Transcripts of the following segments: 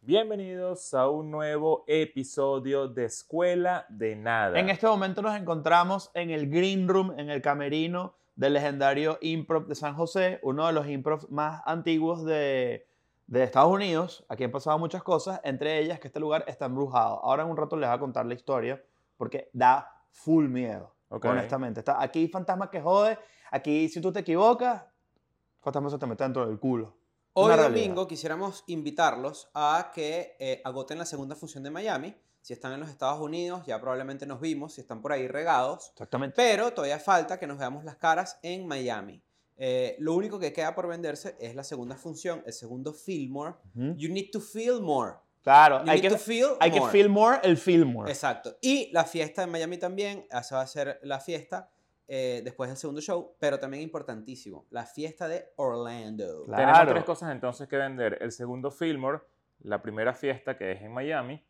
bienvenidos a un nuevo episodio de Escuela de Nada. En este momento nos encontramos en el Green Room, en el camerino del legendario Improv de San José, uno de los improvs más antiguos de, de Estados Unidos. Aquí han pasado muchas cosas, entre ellas que este lugar está embrujado. Ahora en un rato les voy a contar la historia porque da full miedo, Ok. honestamente. Está, aquí hay fantasmas que jode, aquí si tú te equivocas, fantasmas se te meten dentro del culo. Hoy Una realidad. domingo quisiéramos invitarlos a que eh, agoten la segunda función de Miami. Si están en los Estados Unidos, ya probablemente nos vimos, si están por ahí regados. Exactamente. Pero todavía falta que nos veamos las caras en Miami. Eh, lo único que queda por venderse es la segunda función, el segundo Fillmore. Ujú. You need to feel more. Claro, You hay need to que, feel hay que more. feel more el feel more. Exacto. Y la fiesta en Miami también, esa va a ser la fiesta eh, después del segundo show, pero también importantísimo, la fiesta de Orlando. Claro. Tenemos tres cosas entonces que vender. El segundo Fillmore, la primera fiesta que es en Miami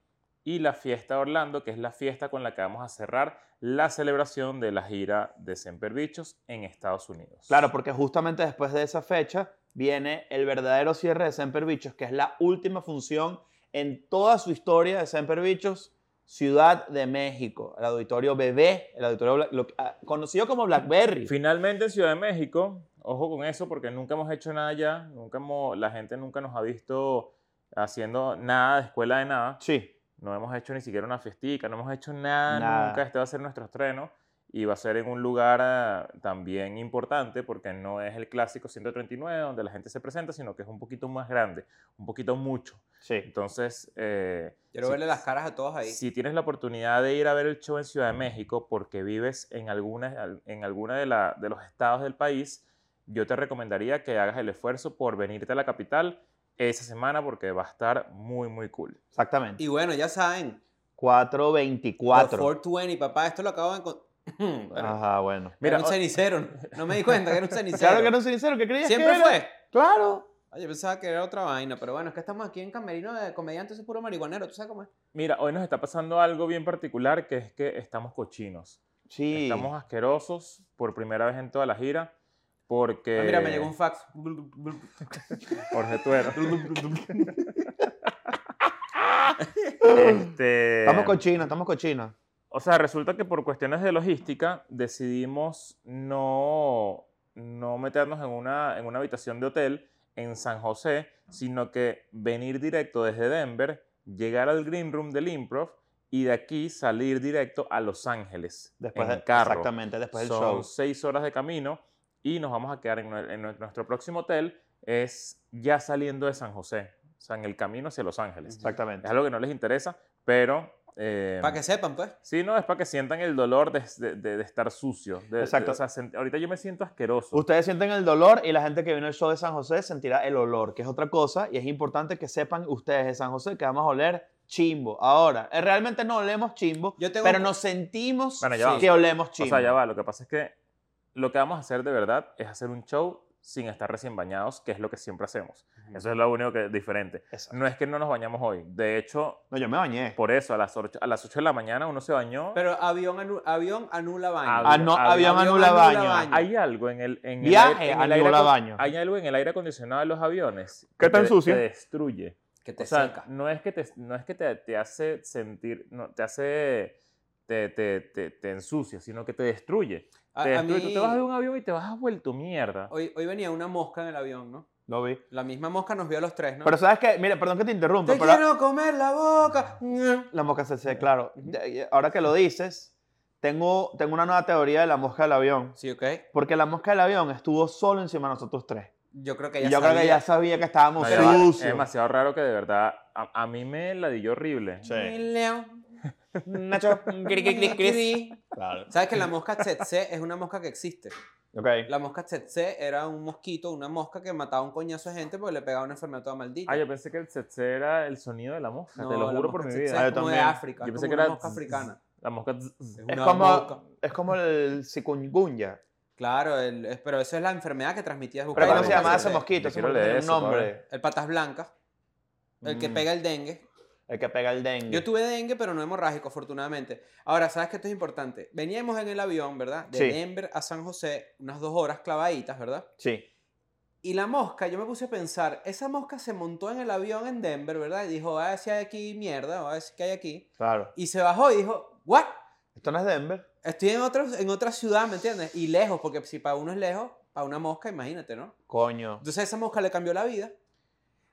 y la fiesta Orlando, que es la fiesta con la que vamos a cerrar la celebración de la gira de Semper Bichos en Estados Unidos. Claro, porque justamente después de esa fecha viene el verdadero cierre de Semper Bichos, que es la última función en toda su historia de Semper Bichos, Ciudad de México, el auditorio bebé, el auditorio Black- lo- ah, conocido como Blackberry. Finalmente en Ciudad de México, ojo con eso porque nunca hemos hecho nada allá, nunca hemos- la gente nunca nos ha visto haciendo nada de escuela de nada, Sí, no hemos hecho ni siquiera una fiestica, no hemos hecho nada, Nada. nunca, este va a ser nuestro estreno y va a ser en un lugar ah, también importante porque no es el clásico 139 donde la gente se presenta, sino que es un poquito más grande, un poquito mucho. sí. Entonces, eh, Quiero si- verle las caras a todos ahí. si tienes la oportunidad de ir a ver el show en Ciudad de México porque vives en alguna, en alguna de, la- de los estados del país, yo te recomendaría que hagas el esfuerzo por venirte a la capital esa semana porque va a estar muy, muy cool. Exactamente. Y bueno, ya saben, 424. 420, papá, esto lo acabo de encontrar. Ajá, bueno. Mira, era o- un cenicero. no- No me di cuenta que era un Ah, oh. cenicero. Claro que no soy sincero, ¿qué creías Siempre que era? fue. Claro. Ay, Yo pensaba que era otra vaina, pero bueno, es que estamos aquí en Camerino de comediantes, es puro marihuanero, ¿tú sabes cómo es? mira, hoy nos está pasando algo bien particular que es que estamos cochinos. Sí. Estamos asquerosos por primera vez en toda la gira porque... Ah, mira, Eh. me llegó un fax. Jorge Tuero. Este- Estamos cochinos, estamos cochinos. O sea, resulta que por cuestiones de logística decidimos no, no meternos en una, en una habitación de hotel en San José, sino que venir directo desde Denver, llegar al green room del improv y de aquí salir directo a Los Ángeles Después en de- carro. Exactamente, después del Son show. seis horas de camino y nos vamos a quedar en, nue- en nue- nuestro próximo hotel es ya saliendo de San José, o sea, en el camino hacia Los Ángeles. Exactamente. Es algo que no les interesa, pero... eh, Para que sepan, pues. Sí, no, es para que sientan el dolor de, de- de- de estar sucio. de- de- Exacto. o sea, sent- ahorita yo me siento asqueroso. Ustedes sienten el dolor y la gente que vino al show de San José sentirá el olor, que es otra cosa, y es importante que sepan ustedes de San José que vamos a oler chimbo. Ahora, eh, realmente no olemos chimbo, Yo tengo pero un- nos sentimos Bueno, ya va. que olemos o chimbo. sea, ya va. Lo que pasa es que lo que vamos a hacer de verdad es hacer un show sin estar recién bañados, que es lo que siempre hacemos. Eso es lo único que diferente. Exacto. No es que no nos bañamos hoy. De hecho, No, yo me bañé. por eso, a las 8, a las 8 de la mañana uno se bañó. Pero avión, anu- avión anula baño. Ah, Ah, no, había- había había anula Manu baño. Labaño. hay algo en el, en el Viaje, aire- en el anula acon- baño. Hay algo en el aire acondicionado de los aviones. ¿Qué que tan te- sucio? Te destruye. Que te O sea, seca. no es que te, no es que te, te hace sentir, no, te hace, te, te, te, te ensucia, sino que te destruye. A, te a destruye. Tú mí, te vas de un avión y te vas vuelto mierda. hoy, hoy venía una mosca en el avión, ¿no? Lo vi. La misma mosca nos vio a los tres, ¿no? Pero sabes que, mira, perdón que te interrumpa, te pero quiero comer la boca. la mosca se se- claro. Ya- ya- Ahora que lo dices, tengo, tengo una nueva teoría de la mosca del avión. Sí, ok. Porque la mosca del avión estuvo solo encima de nosotros tres. Yo creo que Y ya yo creo que sabía. ya sabía que estábamos No, ya va, es sucios. demasiado raro que de verdad, a, a mí me la dio horrible. Mi león, Nacho, cri, cri, cri, cri. cri. ¿Sabes que la mosca tsetse es una mosca que existe? Ok. La mosca tsetse era un mosquito, una mosca que mataba un coñazo de gente porque le pegaba una enfermedad toda maldita. Ah, yo pensé que el tsetse era el sonido de la mosca, te lo la juro por mosca mi Ah, yo vida. tsetse Es como de también. África, Yo es pensé como que una era mosca zzz, africana. La mosca... Es, zzz. Es una mosca. como, es como el chikungunya. Claro, el- es- pero esa es la enfermedad que transmitía el Pero Claro, ¿cómo se yo llamaba sé. ese mosquito? Yo Ese quiero mosquito leer tiene un eso, nombre. El patas blancas, el que Mm, pega el dengue. El que pega el dengue. Yo tuve dengue, pero no hemorrágico, afortunadamente. Ahora, ¿sabes que esto es importante? Veníamos en el avión, ¿verdad? De Sí. Denver a San José, unas dos horas clavaditas, ¿verdad? Sí. Y la mosca, yo me puse a pensar, esa mosca se montó en el avión en Denver, ¿verdad? Y dijo, a ver si hay aquí mierda, a ver si qué hay aquí. Claro. Y se bajó y dijo, ¿what? Esto no es Denver. Estoy en, otro, en otra ciudad, ¿me entiendes? Y lejos, porque si para uno es lejos, para una mosca, imagínate, ¿no? Coño. Entonces esa mosca le cambió la vida,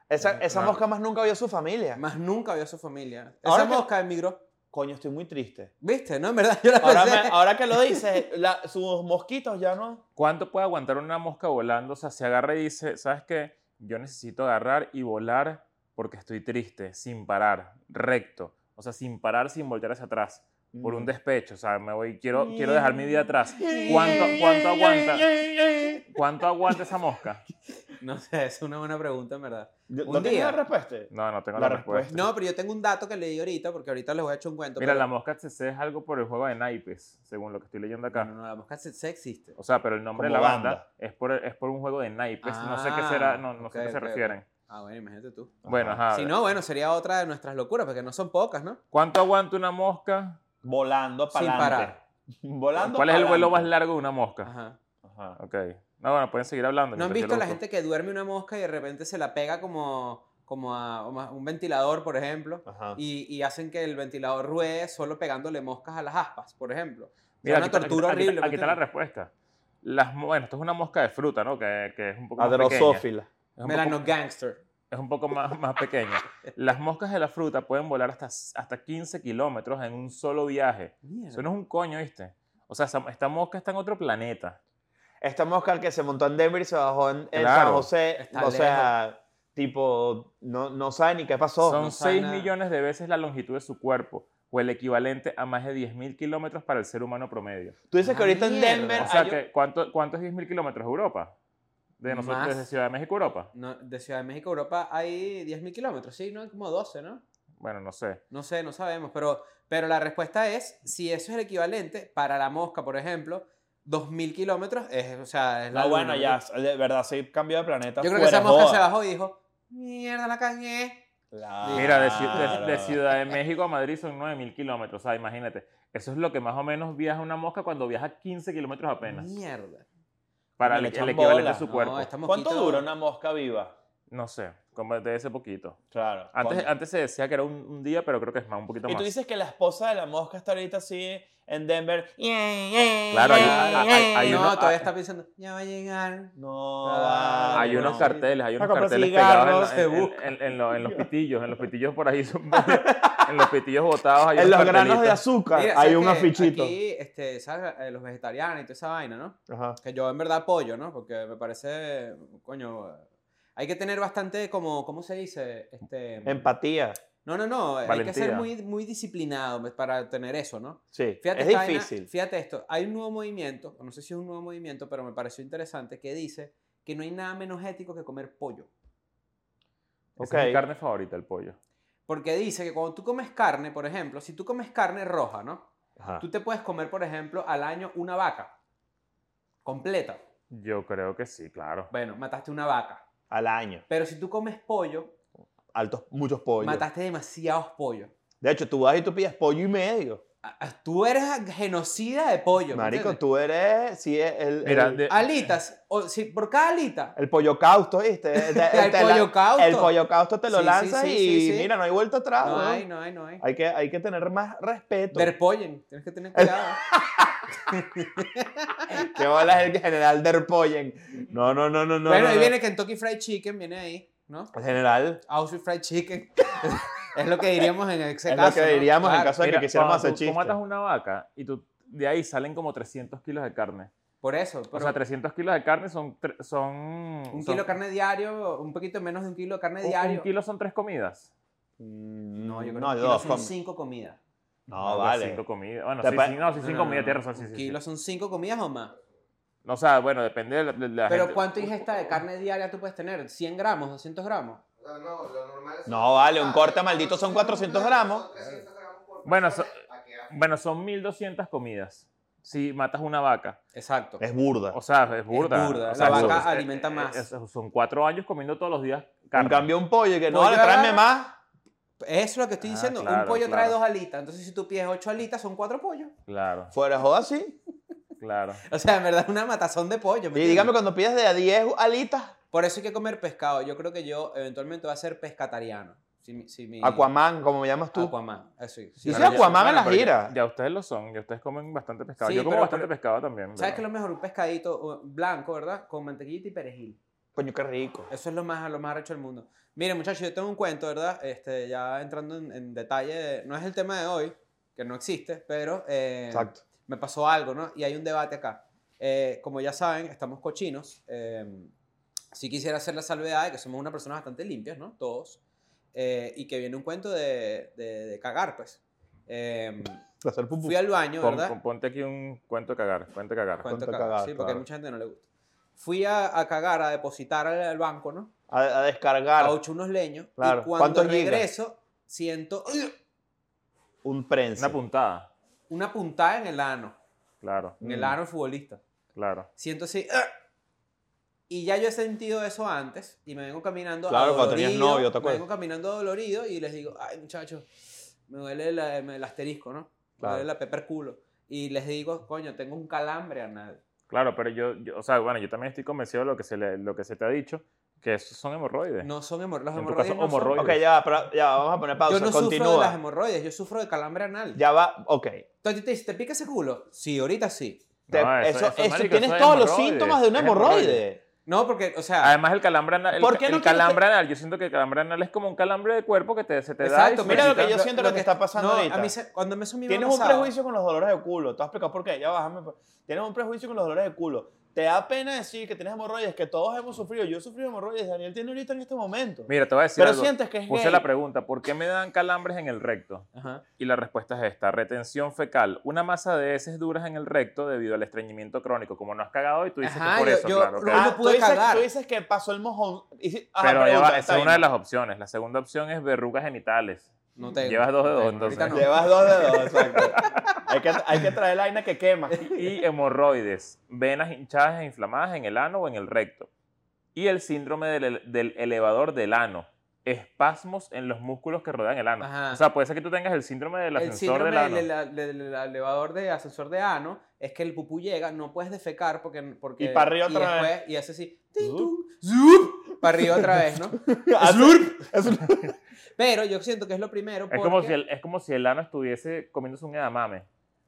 Esa, Coño, esa claro. mosca más nunca vio a su familia. más nunca vio a su familia. Esa Ahora que- mosca emigró, Coño, estoy muy triste. ¿viste? No, en verdad, yo la Ahora, pensé. me- ahora que lo dices, la- sus mosquitos ya no. ¿Cuánto puede aguantar una mosca volando? O sea, se agarra y dice, ¿sabes qué? Yo necesito agarrar y volar porque estoy triste, sin parar, recto. O sea, sin parar, sin voltear hacia atrás, por Mm. Mm. un despecho. O sea, me voy, quiero, quiero dejar mi vida atrás. ¿Cuánto, cuánto aguanta? ¿Cuánto aguanta esa mosca? No sé, es una buena pregunta, en verdad. Yo- Un ¿No tienes día. la respuesta? No, no tengo La la, respuesta. No, pero yo tengo un dato que leí ahorita, porque ahorita les voy a echar un cuento. Mira, pero- la mosca CC es algo por el juego de naipes, según lo que estoy leyendo acá. No, no, la mosca se, se existe. O sea, pero el nombre de la Como banda, banda. es, por, es por un juego de naipes. no sé qué Ah, será, no, no sé a ok, qué se ok, ok. refieren. Ah, bueno, imagínate tú. Bueno, Ajá. ajá. Si no, bueno, sería otra de nuestras locuras, porque no son pocas, ¿no? ¿Cuánto aguanta una mosca? Volando Sin para parar. Volando ¿Cuál es el vuelo más pa'lante. largo de una mosca? Ajá. Ajá. Ok. No, bueno, pueden seguir hablando. ¿No mientras han yo visto lo la busco. gente que duerme una mosca y de repente se la pega como, como a como a un ventilador, por ejemplo? Ajá. Y, y hacen que el ventilador ruede solo pegándole moscas a las aspas, por ejemplo. O sea, Mira, una aquí está- tortura aquí está- horrible. ¿me Aquí está la entiendes? respuesta. Las, mo- bueno, esto es una mosca de fruta, ¿no? Que, que es un poco más pequeña. Adrosófila. Es un Melano poco, gangster. es un poco más, más pequeña. Las moscas de la fruta pueden volar hasta, hasta 15 kilómetros en un solo viaje. Eso no es un coño, ¿viste? O sea, esa- esta mosca está en otro planeta. Esta mosca Este que se montó en Denver y se bajó en, en Claro. San José. Está o sea, tipo, no, no sabe ni qué pasó. Son no sabe 6 nada. millones de veces la longitud de su cuerpo, o el equivalente a más de 10.000 kilómetros para el ser humano promedio. Tú dices que Ah, ahorita en mierda. Denver. O sea, hay- que, ¿cuánto, ¿cuánto es 10.000 kilómetros Europa? De nosotros, Más. desde Ciudad de México, a Europa. No, de Ciudad de México a Europa hay 10.000 kilómetros, sí, no, como 12, ¿no? Bueno, no sé. No sé, no sabemos, pero, pero la respuesta es, si eso es el equivalente, para la mosca, por ejemplo, 2.000 kilómetros es, o sea, es la No, luna, Ah, bueno, ¿no? ya, de verdad, sí cambió de planeta. Yo creo que fuera esa mosca joda. se bajó y dijo, mierda, la cagué. Claro. Mira, de, Ciu- de- de Ciudad de México a Madrid son 9.000 kilómetros. O sea, imagínate. Eso es lo que más o menos viaja una mosca cuando viaja 15 kilómetros apenas. Mierda. Para Me el, le el echan equivalente bola. a su No, cuerpo. esta ¿Cuánto mosquita- dura una mosca viva? No sé, como de ese poquito. Claro. Antes, ¿cuánto? antes se decía que era un, un día, pero creo que es más, un poquito Y más. tú dices que la esposa de la mosca está ahorita así en Denver. Claro, hay, hay- hay- hay "Eh, ah. no, unos- todavía hay- está pensando, ya va a llegar. No. Ah, hay vale, unos no. carteles, hay unos comprar carteles cigarros, pegados en, se en- busca. en- en lo- en los pitillos, en los pitillos por ahí, son varios- en los pitillos botados hay En unos los granos de cartelitos. azúcar Mira, hay ¿sabes un qué? afichito. Aquí, este, ¿sabes? Eh, Los vegetarianos y toda esa vaina, ¿no? Ajá. Que yo en verdad apoyo, ¿no? Porque me parece, coño, eh, hay que tener bastante como, ¿cómo se dice? Este, Empatía. No, no, no. Hay que ser Valentía. muy, muy disciplinado pues, para tener eso, ¿no? Sí. Fíjate es esta vaina- difícil. fíjate esto. Hay un nuevo movimiento, o no sé si es un nuevo movimiento, pero me pareció interesante, que dice que no hay nada menos ético que comer pollo. Esa es mi Ok. carne favorita, el pollo. Porque dice que cuando tú comes carne, por ejemplo, si tú comes carne roja, ¿no? Ajá. Tú te puedes comer, por ejemplo, al año una vaca completa. Yo creo que sí, claro. Bueno, mataste una vaca. Al año. Pero si tú comes pollo, Altos, muchos pollos. mataste demasiados pollos. De hecho, tú vas y tú pides pollo y medio. Ah, ah, Tú eres genocida de pollo. ¿me Marico, entiendes? tú eres. Sí, el, el, Mira, el, de- Alitas, o, si, por cada alita, pollo causto, ¿viste? Te- El te la- pollo causto. El pollo causto te lo Sí, sí, lanzas sí, y sí, sí. mira, no hay vuelta atrás. No weón. hay, no hay, no hay. Hay, que, hay que tener más respeto. Derpollen, tienes que tener cuidado. Que bola es el general del pollen. No, no, no, no, no. bueno, no, ahí no. viene Kentucky Fried Chicken, viene ahí, ¿no? El general. Auschwitz Fried Chicken. es lo que diríamos en ese Es caso. lo que diríamos en caso de Mira, que quisiéramos cuando hacer tú- tú, chistes. matas una vaca y tú, de ahí salen como 300 kilos de carne. Por eso. O pero sea, 300 kilos de carne son... tre- son un son- kilo de carne diario, un poquito menos de un kilo de carne un- diario. Un kilo son tres comidas. No, yo Mm, creo no, que un yo kilo dos son com- cinco comidas. No, Algo así, vale. Cinco comidas. Bueno, Te sí, pa- sí, no, sí, No, cinco no, no, comidas, no, tienes razón, sí, un sí, sí. kilo son cinco comidas o más. O sea, bueno, depende de la, de la Pero gente. ¿cuánto ingesta de carne diaria tú puedes tener? ¿100 gramos? ¿200 gramos? O sea, no, lo normal es- No, vale, un corte maldito son 400 gramos. Son 300 gramos por Bueno, persona, pa' que haga- Bueno, son 1200 comidas. Si matas una vaca. Exacto. Es burda. O sea, es burda. burda, O sea, la eso- vaca eh, alimenta eh, más. eso- son cuatro años comiendo todos los días carne. En cambio, un pollo y que no, Pollo vale, tráeme agarra- más. Eso es lo que estoy Ah, diciendo. un claro, pollo trae claro. dos alitas. Entonces, si tú pides ocho alitas, son cuatro pollos. Claro, Fuera joda, sí. claro. O sea, en verdad, una matazón de pollo. ¿me Y entiendes? dígame cuando pides de a 10 alitas, Por eso hay que comer pescado. Yo creo que yo eventualmente voy a ser pescatariano. Si, mi- si mi- Aquaman, como me llamas tú. Aquaman. Eso, sí, Dice sí. Bueno, ya- Aquaman en bueno, las pero ya- giras. Ya, ustedes lo son, ya ustedes comen bastante pescado. Sí, Yo como pero- bastante pero- pescado también. ¿Sabes ¿verdad? qué es lo mejor? Un pescadito eh, blanco, ¿verdad? Con mantequillita y perejil. Coño, qué rico. Eh, Eso es lo más, lo más arrecho del mundo. Miren, muchachos, yo tengo un cuento, ¿verdad? Este, ya entrando en, en detalle, de- no es el tema de hoy, que no existe, pero eh, Exacto. me pasó algo, ¿no? Y hay un debate acá. Eh, como ya saben, estamos cochinos. eh, sí quisiera hacer la salvedad de que somos una persona bastante limpias, ¿no? Todos. eh, y que viene un cuento de, de- de cagar, pues. Eh, De hacer pupú. fui al baño, Pon- ¿verdad? pon- ponte aquí un cuento de cagar, cuento de cagar. Cuento cuento cagar, cagar, sí, porque a claro. mucha gente no le gusta. Fui a, a cagar, a depositar al, al banco, ¿no? A, a descargar a ocho unos leños. Claro. Y cuando ¿Cuántos gigas? regreso, siento ¡ugh! un prensa. Una puntada, una puntada en el ano. claro, En el Mm. ano del futbolista. claro. Siento así. ¡ugh! Y ya yo he sentido eso antes. Y me vengo caminando. Claro, cuando adolorido, tenías novio, ¿te acuerdas? Me vengo caminando dolorido y les digo, ay, muchachos, me duele la- me- el asterisco, ¿no? Me Claro. duele la pepper culo. Y les digo, coño, tengo un calambre anal. Claro, pero yo, yo- o sea, bueno, yo también estoy convencido de lo que se, le- lo que se te ha dicho, que esos son hemorroides. No son En hemorroides. Los tu hemorroides. caso, no son- hemorroides. Ok, ya va, pero ya va, vamos a poner pausa. Yo no sufro de las Continúa. hemorroides, yo sufro de calambre anal. Ya va, ok. Entonces te dice, ¿te pica ese culo? Sí, ahorita sí. No, Te- eso, eso- eso, eso marico, tienes eso es todos los hemorroides, síntomas de un es hemorroide. hemorroide. No, porque, o sea, Además, el calambre anal, el, ¿Por qué no el quieres calambre anal, yo siento que el calambre anal es como un calambre de cuerpo que te, se te da. y exacto. se mira lo necesita- que yo siento lo que está pasando no, ahorita. A mí se- cuando me hizo mi Tienes mamá un pasado, prejuicio con los dolores de culo. Te has explicado por qué. Ya bájame. pues. Tienes un prejuicio con los dolores de culo. Te da pena decir que tienes hemorroides, que todos hemos sufrido. Yo he sufrido hemorroides. Daniel tiene ahorita en este momento. Mira, te voy a decir pero algo. sientes que es Puse gay. la pregunta, ¿por qué me dan calambres en el recto? Ajá. Y la respuesta es esta, retención fecal. Una masa de heces duras en el recto debido al estreñimiento crónico. Como no has cagado y tú dices Ajá, que por yo- eso, yo- claro. ok. no, Ah, tú pude dices- cagar. Tú dices que pasó el mojón. Hici- Ajá, Pero ya va, pregunta, esa está es bien. una de las opciones. La segunda opción es verrugas genitales. No tengo. Llevas dos de no dos, tengo, ahorita entonces. no. Llevas dos de dos, exacto. hay, que, hay que traer la vaina que quema. Y hemorroides, venas hinchadas e inflamadas en el ano o en el recto. Y el síndrome del, del elevador del ano. Espasmos en los músculos que rodean el ano. Ajá. O sea, puede ser que tú tengas el síndrome del El ascensor síndrome del ano. del, del- del elevador de ascensor de ano es que el pupú llega, no puedes defecar porque. porque Y para arriba otra y vez. después- Y hace así. Uh. ting, Zup. tum, zup, Para arriba otra vez, ¿no? Es un- Pero yo siento que es lo primero. Es Porque... como, si el, es como si el ano estuviese comiéndose un edamame.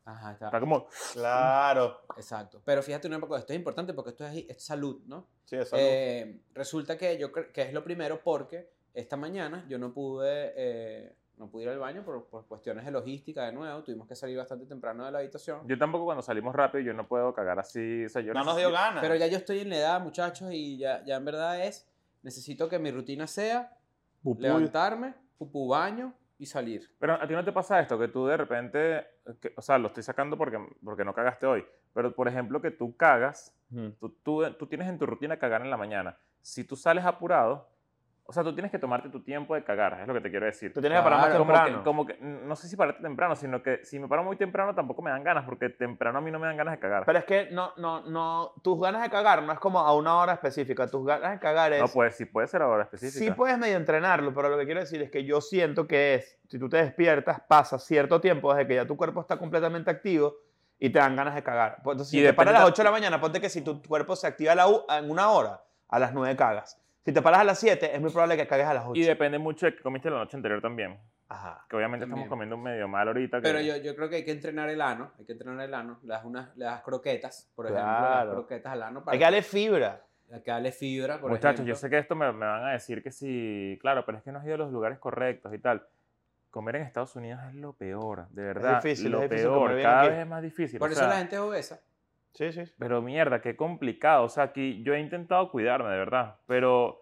Ajá, está. Está como... Claro. Exacto. Pero fíjate una cosa, esto es importante porque esto es, esto es salud, ¿no? Sí, eso. Eh, resulta que yo cre- que es lo primero porque esta mañana yo no pude eh, no pude ir al baño por, por cuestiones de logística de nuevo tuvimos que salir bastante temprano de la habitación Yo tampoco cuando salimos rápido, yo no puedo cagar así. O sea, yo no nos dio necesito- ganas. pero ya yo estoy en la edad muchachos y ya, ya en verdad es necesito que mi rutina sea Pupú. levantarme pupú baño y salir Pero a ti no te pasa esto, que tú de repente, que- o sea, lo estoy sacando porque, porque no cagaste hoy, pero por ejemplo que tú cagas, Mm. tú, tú, tú tienes en tu rutina cagar en la mañana. Si tú sales apurado, o sea, tú tienes que tomarte tu tiempo de cagar, es lo que te quiero decir. Tú tienes que parar más Claro, como temprano. que, como que, no sé si pararte temprano, sino que si me paro muy temprano tampoco me dan ganas, porque temprano a mí no me dan ganas de cagar. Pero es que no, no, no, tus ganas de cagar no es como a una hora específica. Tus ganas de cagar es. no, pues sí puede ser ahora específica. sí puedes medio entrenarlo, pero lo que quiero decir es que yo siento que es, si tú te despiertas, pasa cierto tiempo desde que ya tu cuerpo está completamente activo y te dan ganas de cagar. Pues, Entonces, Y si te depende paras a las de- 8 de la mañana, ponte que si tu cuerpo se activa a la u- en una hora, a las 9 cagas. Si te paras a las 7, es muy probable que cagues a las 8. Y depende mucho de que comiste la noche anterior también, Ajá. que obviamente También. estamos comiendo medio mal ahorita. que- pero yo, yo creo que hay que entrenar el ano hay que entrenar el ano le das unas le das croquetas por ejemplo las Claro. croquetas al ano Hay para que darle fibra. hay que darle fibra por Muchachos, ejemplo. yo sé que esto me, me van a decir que sí, claro, pero es que no has ido a los lugares correctos y tal. Comer en Estados Unidos es lo peor, de verdad. difícil, lo es difícil peor, comer bien cada aquí. vez es más difícil. por o eso sea, la gente es obesa Sí, sí. Pero mierda, qué complicado. O sea, aquí yo he intentado cuidarme, de verdad, pero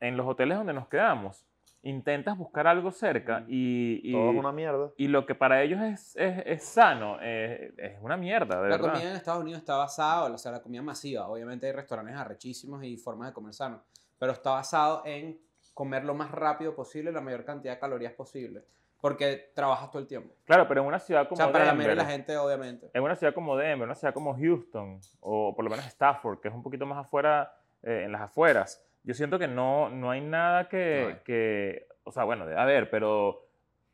en los hoteles donde nos quedamos, intentas buscar algo cerca Mm. y, y- Todo es una mierda. y lo que para ellos es, es- es sano eh, es una mierda, de La verdad. comida en Estados Unidos está basada, o sea, la comida masiva. Obviamente hay restaurantes arrechísimos y formas de comer sano, pero está basado en comer lo más rápido posible, la mayor cantidad de calorías posible, porque trabajas todo el tiempo. Claro, pero en una ciudad como o sea, para la mayoría de Denver- la gente, obviamente. en una ciudad como Denver, una ciudad como Houston, o por lo menos Stafford, que es un poquito más afuera, eh, en las afueras, yo siento que no, no hay nada que, No hay. que- o sea, bueno, debe haber, pero,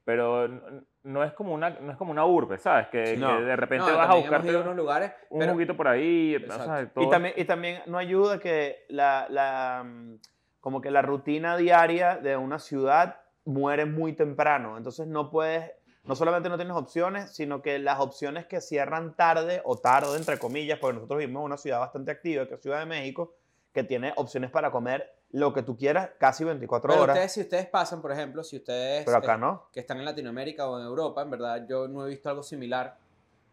pero n- no es como una, no es como una urbe, ¿sabes? Que, Sí. que No. de repente No, vas a también hemos buscarte ido a unos lugares, un pero- juguito por ahí, o sea, Exacto. todo- Y también, y también no ayuda que la, la, mm, como que la rutina diaria de una ciudad muere muy temprano. Entonces no puedes, no solamente no tienes opciones, sino que las opciones que cierran tarde o tarde, entre comillas, porque nosotros vivimos en una ciudad bastante activa, que es Ciudad de México, que tiene opciones para comer lo que tú quieras casi 24 Pero horas. ustedes, si ustedes pasan, por ejemplo, si ustedes pero acá eh, no. que están en Latinoamérica o en Europa, en verdad yo no he visto algo similar,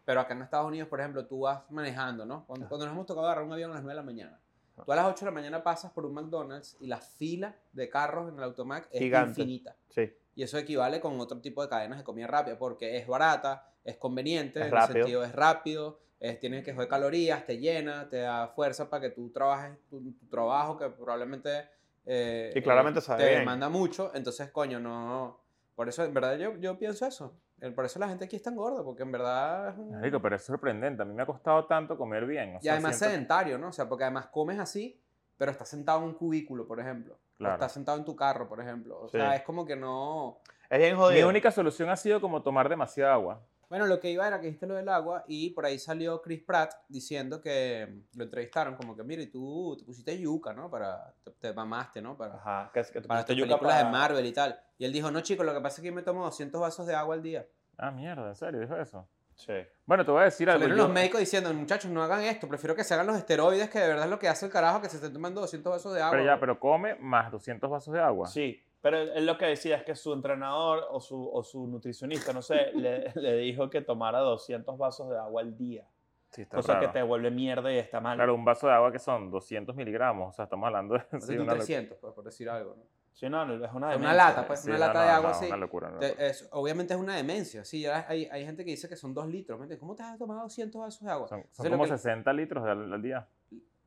pero acá en Estados Unidos, por ejemplo, tú vas manejando, ¿no? Cuando, Ajá. cuando nos hemos tocado agarrar un avión a las 9 de la mañana, tú a las 8 de la mañana pasas por un McDonald's y la fila de carros en el automac es Gigante. infinita. Sí. Y eso equivale con otro tipo de cadenas de comida rápida, porque es barata, es conveniente, Es en el rápido. sentido es rápido, es, tienes que joder calorías, te llena, te da fuerza para que tú trabajes tu, tu trabajo, que probablemente... eh, Y claramente sabe Te bien. demanda mucho, entonces, coño, no... Por eso, en verdad, yo, yo pienso eso. Eh, Por eso la gente aquí es tan gorda, porque en verdad... es un- Marico, pero es sorprendente. A mí me ha costado tanto comer bien. o y sea, además siento- sedentario, ¿no? O sea, porque además comes así, pero estás sentado en un cubículo, por ejemplo. Claro. O estás sentado en tu carro, por ejemplo. O Sí. sea, es como que no... Es bien jodido. Mi única solución ha sido como tomar demasiada agua. Bueno, lo que iba era que dijiste lo del agua y por ahí salió Chris Pratt diciendo que lo entrevistaron como que, mire, tú te pusiste yuca, ¿no? Para, te, te mamaste, ¿no? Para, Ajá, que, que te para pusiste tus yuca películas de para- Marvel y tal. Y él dijo, no, chicos, lo que pasa es que yo me tomo 200 vasos de agua al día. Ah, mierda, en serio, dijo eso. Sí. Bueno, te voy a decir algo. Salieron yo- los médicos diciendo, muchachos, no hagan esto, prefiero que se hagan los esteroides, que de verdad es lo que hace el carajo, que se estén tomando 200 vasos de agua. pero ya, pero come más 200 vasos de agua. Sí, pero él lo que decía es que su entrenador o su, o su nutricionista, no sé, le, le dijo que tomara 200 vasos de agua al día. Sí, está Cosa que raro. te vuelve mierda y está mal. Claro, un vaso de agua que son 200 miligramos. O sea, estamos hablando de. O sea, sí, tú una loc- 300, pues, por decir algo. ¿no? Sí, no, no, es una, Una demencia. lata, pues. sí, una no, lata de no, agua no, así. Una locura, una Te- locura. es- obviamente es una demencia, sí, ya hay, hay gente que dice que son 2 litros, ¿me entiendes? ¿Cómo te has tomado 200 vasos de agua? Son, son Entonces, eh, lo como que- Ah, 60 litros al, al día.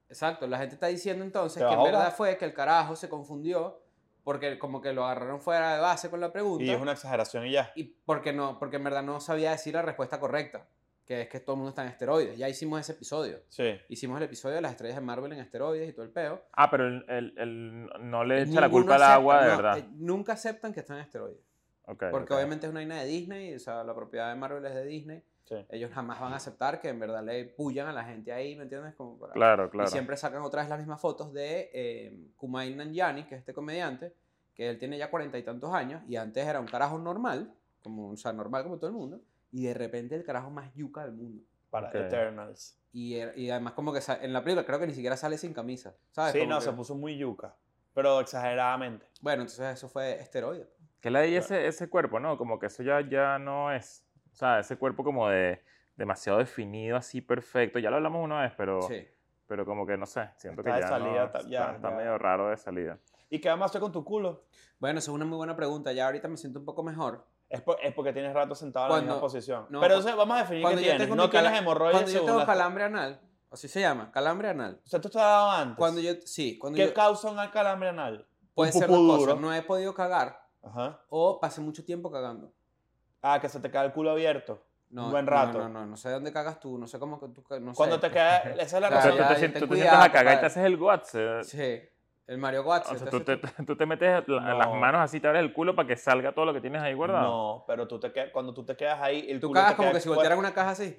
Exacto, la gente está diciendo entonces Te que en vas a verdad ahogar. fue que el carajo se confundió porque como que lo agarraron fuera de base con la pregunta. eh. Y es una exageración y ya. Y porque no, porque en verdad no sabía decir la respuesta correcta, que es que todo el mundo está en esteroides. Ya hicimos ese episodio. Sí. Hicimos el episodio de las estrellas de Marvel en esteroides y todo el peo. Ah, pero el, el- el- no le echa la Ninguno culpa al acepta, agua, de no, verdad. eh, nunca aceptan que están en esteroides. Ok, Porque ok. obviamente es una vaina de Disney, o sea, la propiedad de Marvel es de Disney. sí. Ellos jamás van a aceptar que en verdad le pullan a la gente ahí, ¿me entiendes? Como para... Claro, claro. Y siempre sacan otra vez las mismas fotos de eh, Kumail Nanjiani, que es este comediante, que él tiene ya cuarenta y tantos años, y antes era un carajo normal, como, o sea, normal como todo el mundo, y de repente el carajo más yuca del mundo. Para Ok. Eternals. Y, er- y además como que sa- en la película creo que ni siquiera sale sin camisa, ¿sabes? Sí, Como no, que- se puso muy yuca. Pero exageradamente. Bueno, entonces eso fue esteroide. Que la de ese, ese cuerpo, ¿no? Como que eso ya, ya no es. O sea, ese cuerpo como de demasiado definido, así perfecto. Ya lo hablamos una vez, Oh. pero, Sí. pero como que no sé. Siento Está que de ya, salida, no, está- está, ya, está ya. medio raro de salida. ¿Y qué además con tu culo? Bueno, esa es una muy buena pregunta. Ya ahorita me siento un poco mejor. Es, por- es porque tienes rato sentado en Cuando- la misma posición. no, pero cu- eso vamos a definir qué Cuando yo tienes. tengo No mi cala- tienes hemorroidas Cuando yo según tengo las- calambre anal, así se llama, calambre anal. O sea, tú te has dado antes. Cuando yo, sí, cuando ¿Qué yo, causa un calambre anal? puede ser pupú dos duro. cosas. No he podido cagar Ajá. o pasé mucho tiempo cagando. Ah, que se te cae el culo abierto. No, Un buen no, rato. No, no, no, sé dónde cagas tú, no sé cómo que tú, ca- no sé. Cuando te queda. Esa es la O sea, O sea, razón. tú ya- te, ya sien- tú ten te cuidado, sientas a cagar y compadre. te haces el guatse. Sí, el Mario Götze. O sea, tú entonces te, tú- tú te metes la- las No. manos así, te abres el culo para que salga todo lo que tienes ahí guardado. No, pero tú te quedas, cuando tú te quedas ahí, el tú culo cagas te como queda que si voltearan expuesto- una caja así.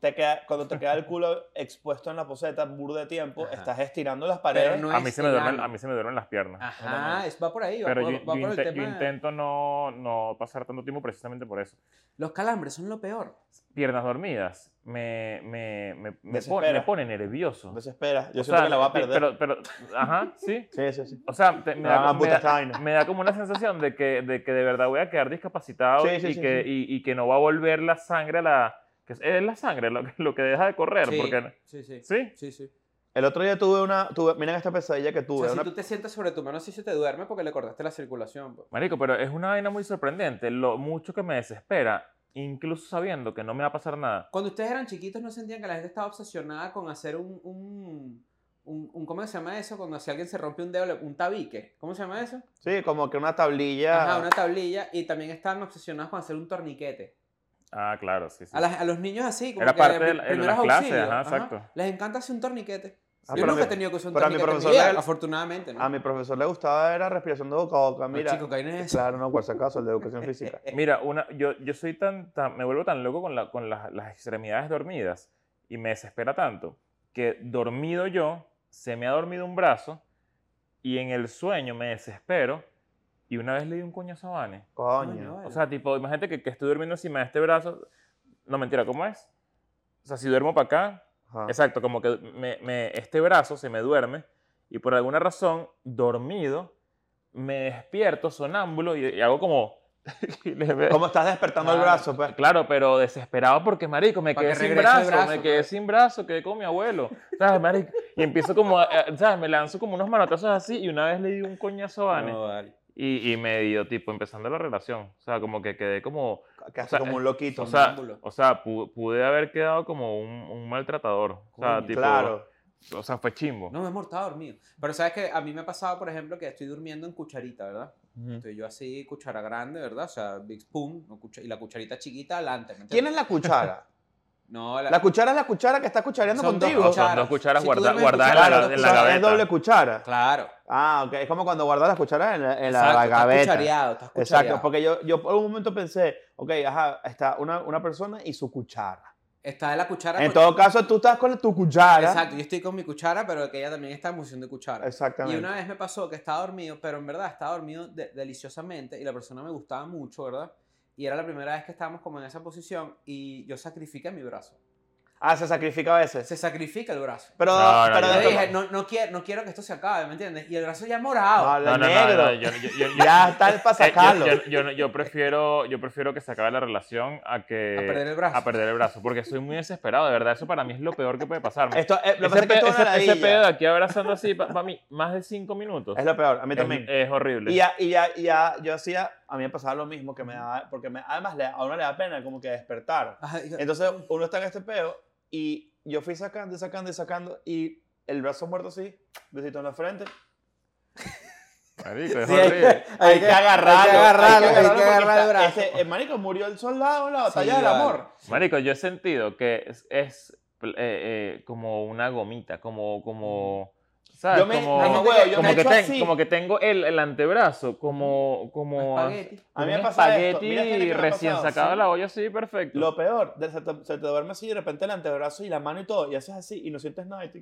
te queda- cuando te queda el culo expuesto en la poseta, burda de tiempo, Ajá. estás estirando las paredes. no- a, es mí se me el duermen, ano. a mí se me duermen las piernas. Ajá, es- va por ahí, va, Pero por, yo, va yo por el inte- yo tema. de- intento no, no pasar tanto tiempo precisamente por eso. Los calambres son lo peor. Piernas dormidas me, me, me, me, pone, Desespera. me pone nervioso. Entonces, espera, yo O siento sea, que la voy a pi- perder. Pero, pero, ajá, sí. sí, sí, sí. O sea, te- me, Me van da, a me, puta da- esta vaina. me da como una sensación de que de, que de verdad voy a quedar discapacitado Sí, sí, y, sí, que, Y, y que no va a volver la sangre a la... Que es- es la sangre lo, que- lo que deja de correr. Sí, Porque, sí, sí. ¿Sí? Sí, sí. El otro día tuve una. Tuve, miren esta pesadilla que O tuve. sea, si una- tú te sientas sobre tu mano, sí se te duerme porque le cortaste la circulación. pues. Marico, pero es una vaina muy sorprendente. Lo mucho que me desespera, incluso sabiendo que no me va a pasar nada. Cuando ustedes eran chiquitos, ¿no sentían que la gente estaba obsesionada con hacer un... un, un, un- ¿Cómo se llama eso? Cuando si alguien se rompe un dedo, le- un tabique. ¿Cómo se llama eso? Sí, como que una tablilla. Ajá, una tablilla. Y también estaban obsesionados con hacer un torniquete. Ah, claro, sí, sí. A, las- a los niños así, como Era que parte pri- de la- en primeros las clases, auxilios, ajá, exacto. Les encanta hacer un torniquete. Ah, Yo pero a nunca mi- he tenido que usar un pero a mi tánica en mi profesor vida, le- afortunadamente, ¿no? A mi profesor le gustaba era respiración de boca a boca. Pero, Mira, chico, ¿qué vaina es esa? claro, no, por si acaso, el de educación física. Mira, una, yo, yo soy tan, tan- me vuelvo tan loco con, la- con las, las extremidades dormidas y me desespera tanto que dormido yo, se me ha dormido un brazo y en el sueño me desespero y una vez le di un coño a Sabane. Coño. eh. O sea, tipo, imagínate que, que estoy durmiendo encima de este brazo. No, mentira, ¿cómo es? O sea, si duermo para acá, Ajá. exacto, como que me- me- este brazo se me duerme y por alguna razón, dormido, me despierto sonámbulo y, y hago como... y le- ¿Cómo estás despertando el Claro. brazo? Pues Claro, pero desesperado porque, marico, me Pa' quedé que sin regrese el brazo, brazo, me quedé claro. sin brazo, quedé con mi abuelo, ¿sabes, marico? Y empiezo como, a- a- ¿sabes? Me lanzo como unos manotazos así y una vez le di un coñazo a Vane No, vale. y, y me dio, tipo, empezando la relación. O sea, como que quedé como, que hace sea, como un loquito. o sea, Sonámbulo. o sea, pu- pude haber quedado como un, un maltratador. O sea, Coño. tipo, claro. o sea, fue chimbo. No, mi amor, estaba dormido. Pero sabes que a mí me ha pasado, por ejemplo, que estoy durmiendo en cucharita, ¿verdad? Ujú. Entonces yo así, cuchara grande, ¿verdad? O sea, Big Spoon no cucha- y la cucharita chiquita adelante. ¿me entiendes? ¿Quién es la cuchara? No, la, La cuchara es la cuchara que está cuchareando Son dos contigo. No, cucharas. son dos cucharas Si tú guarda- duermes guardadas en la, ga- cuchara, dos en la cuchara, es gaveta. doble cuchara. Claro. Ah, ok. Es como cuando guardas las cucharas en la, en la Exacto, Estás gaveta. cuchareado, estás cuchareado. Exacto, porque yo, yo por un momento pensé, ok, ajá, está una, una persona y su cuchara. Está de la cuchara. En con- todo caso, tú estás con tu cuchara. Exacto, yo estoy con mi cuchara, pero que ella también está en posición de cuchara. Y Exactamente. una vez me pasó que estaba dormido, pero en verdad estaba dormido de- deliciosamente y la persona me gustaba mucho, ¿verdad? Y era la primera vez que estábamos como en esa posición y yo sacrifiqué mi brazo. Ah, se sacrifica a veces. Se sacrifica el brazo. Pero, No, no, pero yo Yo después- dije, no, no, quiero, no quiero que esto se acabe, ¿me entiendes? Y el brazo ya No, morado. No, no, no, negro. no, yo- yo- yo- yo- Ya está para Eh, sacarlo. Yo, yo- yo no- yo prefiero, yo prefiero que se acabe la relación a que... A perder el brazo. a perder el brazo, porque soy muy desesperado, de verdad, eso para mí es lo peor que puede pasarme. Esto, eh, lo que pasa es ese, que esto pe- es una ese- ese ladilla. pedo de aquí abrazando así, para mí, más de cinco minutos. Es lo peor, a mí Es- también. es horrible. y ya, y ya, y ya, yo hacía, a mí me pasaba lo mismo, que me daba, porque me- además le- a uno le da pena como que despertar. Ay, yo- Entonces uno está en este peo y yo fui sacando y sacando y sacando y el brazo muerto así, besito en la frente. Marico, es Sí, horrible. Hay que agarrarlo. hay que agarrarlo, hay que porque agarrar el está- brazo. ese- eh, marico, murió el soldado en la Sí, batalla del vale. amor. Marico, yo he sentido que es, es, eh, eh, como una gomita, como, como, ¿sabes? Yo me, como, no, como huevo, yo como me que echo ten- así. como que tengo el, el antebrazo, como, como, espagueti. A mí un me pasa esto. espagueti Mira, Jenny, que me ha recién pasado, sacado sí. de la olla, sí, perfecto. Lo peor, de- se te, se te duerme así de repente el antebrazo y la mano y todo, y haces así y no sientes nada. Y, tú-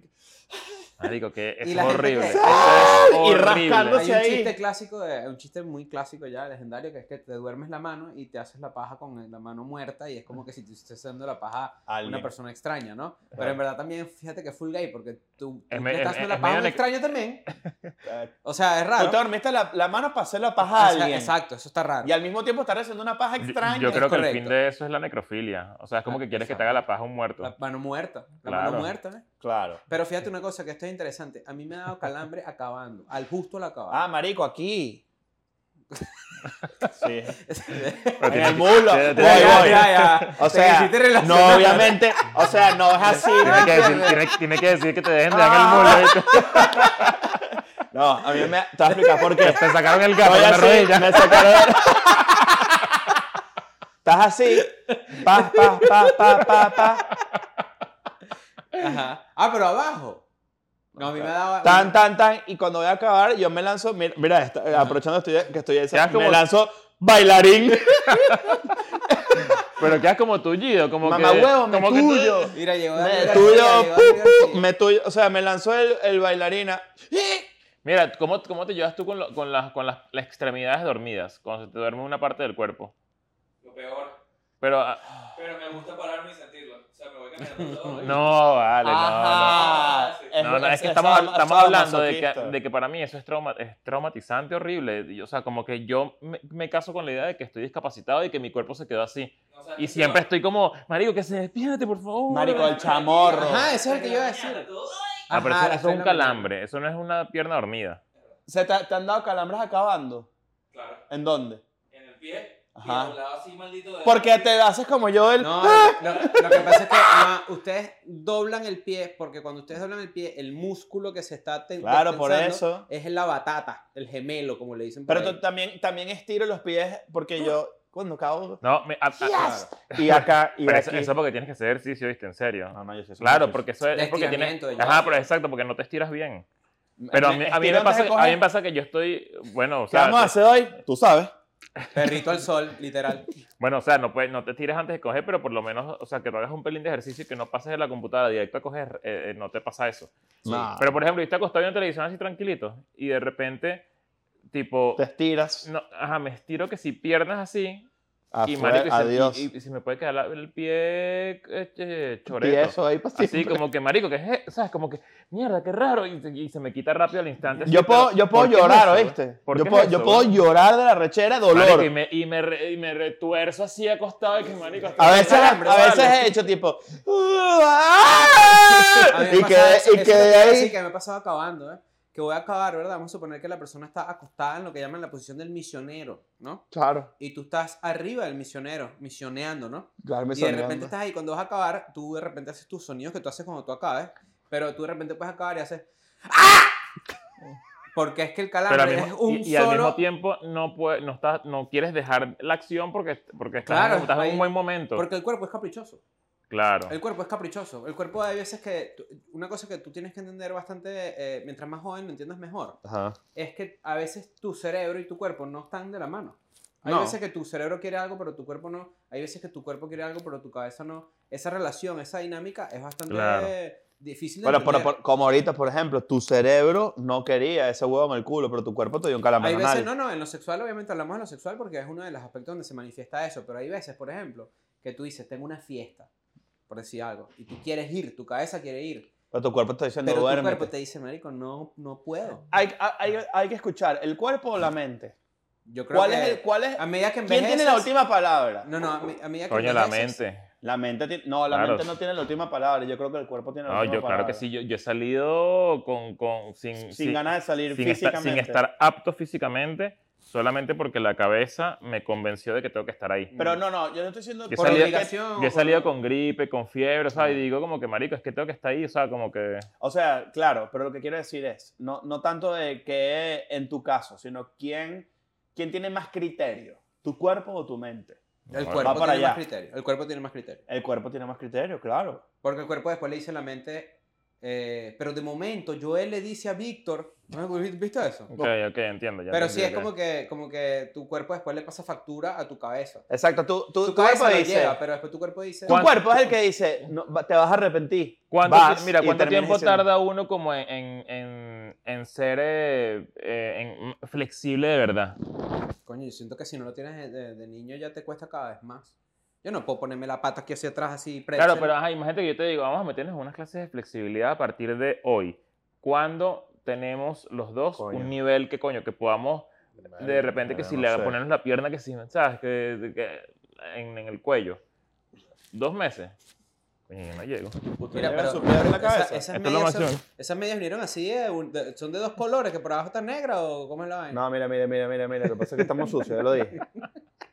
Marico, que es Y la gente horrible. que- Eso es Y horrible. rascándose. Hay un ahí. chiste clásico, de- un chiste muy clásico ya, legendario, que es que te duermes la mano y te haces la paja con la mano muerta y es como que si te estés haciendo la paja a Alguien. una persona extraña, ¿no? Pero Claro. en verdad también, fíjate que full gay, porque tú, tú Es me- le es- estás haciendo la es paja a medio un ne- extraño también. Eh, O sea, es Tú raro. te dormiste la, la mano para hacer la paja a O sea, alguien. Exacto, eso está raro. Y al mismo tiempo estar haciendo una paja Yo- extraña. Yo, creo que el fin correcto. de eso es la necrofilia. O sea, es como que quieres que te haga la paja un muerto. La mano muerta, la Claro. mano muerta, ¿eh? Claro. Pero fíjate una cosa, que esto es interesante. A mí me ha dado calambre acabando, al justo al acabar. Ah, marico, aquí. Sí. Pero en tienes el que- mulo. Voy, tienes- tienes que- voy. O Te sea, quisiste relacionar. no, obviamente, o sea, no es así. Tiene que, decir, tiene, tiene que decir que te dejen de dar el mulo. ¿viste? No, a mí me te voy a explicar por qué. Te sacaron el gato Estoy de la así, rodilla. me sacaron. Estás así, pa, pa, pa, pa, pa, pa, Ajá. Ah, pero abajo. No, a mí me ha dado... tan, tan, tan, y cuando voy a acabar, yo me lanzo, mira, mira, esta- eh, aprovechando estoy- que estoy Ya esa, como- me lanzo bailarín, Pero quedas como tullido. Como mamá que, huevo, me como que- tuyo, Mira, llegó me Daniel tuyo, García, pu, llegó Daniel pu, García. me tuyo, o sea, me lanzó el, el bailarina, Mira, ¿cómo, ¿cómo te llevas tú con, lo- con, las, con las, las extremidades dormidas? Cuando se te duerme una parte del cuerpo. Lo peor. Pero, ah, Pero me gusta pararme y sentirlo. O sea, me voy caminando todo. y- no, vale, no, no. Ajá. es- No, no, es que estamos, estamos hablando de que, de que para mí eso es, trauma- es traumatizante, horrible. Y, O sea, como que yo me, me caso con la idea de que estoy discapacitado y que mi cuerpo se quedó así. no sabes Y qué siempre va. estoy como, marico, que se despierte, por favor. Marico, el chamorro. Ajá, eso es lo que yo iba a decir. Mañana, todo, ay, Ah, pero Ajá, eso, las eso es un tres de la mañana. calambre, eso no es una pierna dormida. ¿Se te, te han dado calambres acabando? Claro, ¿En dónde? en el pie. Ajá. Y de un lado así, maldito. de- Porque te haces como yo el... ¡Ah! No, lo, lo que pasa es que no, ustedes doblan el pie, porque cuando ustedes doblan el pie, el músculo que se está ten- Claro, por tensando eso. es la batata, el gemelo, como le dicen. por Pero ahí. tú- también, también estiro los pies porque yo, cuando cago. No, me- a- a- Y acá, y pero eso, aquí. Ah, eso porque tienes que hacer ejercicio, ¿viste? En serio. No, no, yo soy Claro, una porque eso es, De es porque tienes. estiramiento, de Ajá, yoga. pero exacto, porque no te estiras bien. Pero a mí, a mí estiro me, antes pasa de que, a mí coger. me pasa que yo estoy. Bueno, o ¿Qué sea. vamos a hacer hoy? Tú sabes. Perrito al sol, literal. Bueno, o sea, no, puedes, no te tires antes de coger, pero por lo menos, o sea, que tú hagas un pelín de ejercicio y que no pases de la computadora directo a coger, eh, eh, no te pasa eso. No. Pero por ejemplo, yo estoy acostado viendo televisión así tranquilito y de repente, tipo, Te estiras. no, ajá, me estiro que si piernas así y, afuera, marico, y se- adiós. y- y- y se me puede quedar la- el pie eh, eh, y choreto. eso ahí pues, para Así siempre. como que, marico, que es, e-?", ¿sabes? Como que, mierda, qué raro. Y, se- y se me quita rápido al instante. así, Yo puedo, pero, yo puedo ¿por qué es llorar, eso, güey? ¿oíste? ¿Por Yo qué es puedo, eso, yo puedo güey? llorar de la rechera, dolor. Marico, y, me, y, me re- y me retuerzo así acostado de que, marico. hasta A que veces, me da hambre, a veces ¿vale? he hecho tipo. "Uh, ah". A mí me y que, pasaba eso- y eso que te de iba a decir ahí. que me he pasado acabando, ¿eh? Que voy a acabar, ¿verdad? Vamos a suponer que la persona está acostada en lo que llaman la posición del misionero, ¿no? Claro, Y tú estás arriba del misionero, misioneando, ¿no? claro, me Y de sonriendo. repente estás ahí, cuando vas a acabar, tú de repente haces tus sonidos que tú haces cuando tú acabas, pero tú de repente puedes acabar y haces ¡Ah! Porque es que el Pero al calambre es mismo- un y, y al mismo solo... tiempo no, puede- no, estás, no quieres dejar la acción porque, porque estás, Claro, estás en ahí- un buen momento. Porque el cuerpo es caprichoso. claro. El cuerpo es caprichoso. El cuerpo hay veces que... tú- Una cosa que tú tienes que entender bastante, eh, mientras más joven lo entiendas mejor, Ajá. es que a veces tu cerebro y tu cuerpo no están de la mano. Hay No. veces que tu cerebro quiere algo, pero tu cuerpo no. Hay veces que tu cuerpo quiere algo, pero tu cabeza no. Esa relación, esa dinámica es bastante Claro. difícil de Bueno, por- entender. por- como ahorita, por ejemplo, tu cerebro no quería ese huevo en el culo, pero tu cuerpo te dio un calambre Hay anal. veces, no, no, en lo sexual obviamente hablamos de lo sexual porque es uno de los aspectos donde se manifiesta eso, pero hay veces, por ejemplo, que tú dices, tengo una fiesta, por decir algo, y tú quieres ir, tu cabeza quiere ir, Pero tu cuerpo está diciendo, pero tu duérmete. cuerpo te dice, marico, no, no puedo. Hay, hay, hay que escuchar, ¿el cuerpo o la mente? Yo creo ¿Cuál que es el, cuál es, a medida que ¿Quién tiene la envejeces- última palabra? No, no, a, mi- a medida que Coño, la envejeces- mente. La mente tiene, no, la Claro. mente no tiene la última palabra. Yo creo que el cuerpo tiene la No, última yo palabra. claro que sí. Yo, yo he salido con, con, sin, Sin, ganas de salir sin estar, físicamente. sin estar apto físicamente, solamente porque la cabeza me convenció de que tengo que estar ahí. Pero no, no, yo no estoy diciendo Yo por salí- obligación. Yo he salido con gripe, con fiebre, o sea, Ah. y digo como que, marico, es que tengo que estar ahí, o sea, como que... O sea, claro, pero lo que quiero decir es, no, no tanto de que en tu caso, sino quién, quién tiene más criterio, tu cuerpo o tu mente. El Va cuerpo para tiene allá. más criterio. El cuerpo tiene más criterio. El cuerpo tiene más criterio, claro. Porque el cuerpo después le dice a la mente. eh, pero de momento, Joel le dice a Víctor. ¿no? ¿Viste eso? Ok, ok, entiendo. Ya pero entendí, sí, es ok. como que, como que tu cuerpo después le pasa factura a tu cabeza. Exacto, tu, tu, Tu tu cuerpo cabeza lo dice... lleva, pero después tu cuerpo dice. tu ¿Cuánto- cuerpo es el que dice, no, va- te vas a arrepentir. ¿Cuánto Vas ti- mira, y ¿cuánto terminas tiempo diciendo- tarda uno como en, en, en, en ser eh, eh, en- mm, flexible de verdad? Coño, yo siento que si no lo tienes de, de- de niño ya te cuesta cada vez más. Yo no puedo ponerme la pata aquí hacia atrás así. Claro, pretzel. pero ajá, imagínate que yo te digo, vamos a meternos en unas clases de flexibilidad a partir de hoy. ¿Cuándo tenemos los dos Coño. un nivel que coño, que podamos de repente que Bueno, si no le sé. ponemos la pierna que si, ¿sabes? Que, que- en, en el cuello. ¿Dos meses? Coño, yo no llego. Usted Mira, lleva pero- su piedra en la esa- cabeza. Esto es esas, lo medias más son- esas medias vinieron así, de un- de- son de dos colores, que por abajo está negra o cómo es la vaina. No, mira, mira, mira, mira, mira. Lo que pasa es que estamos sucios, ya lo dije.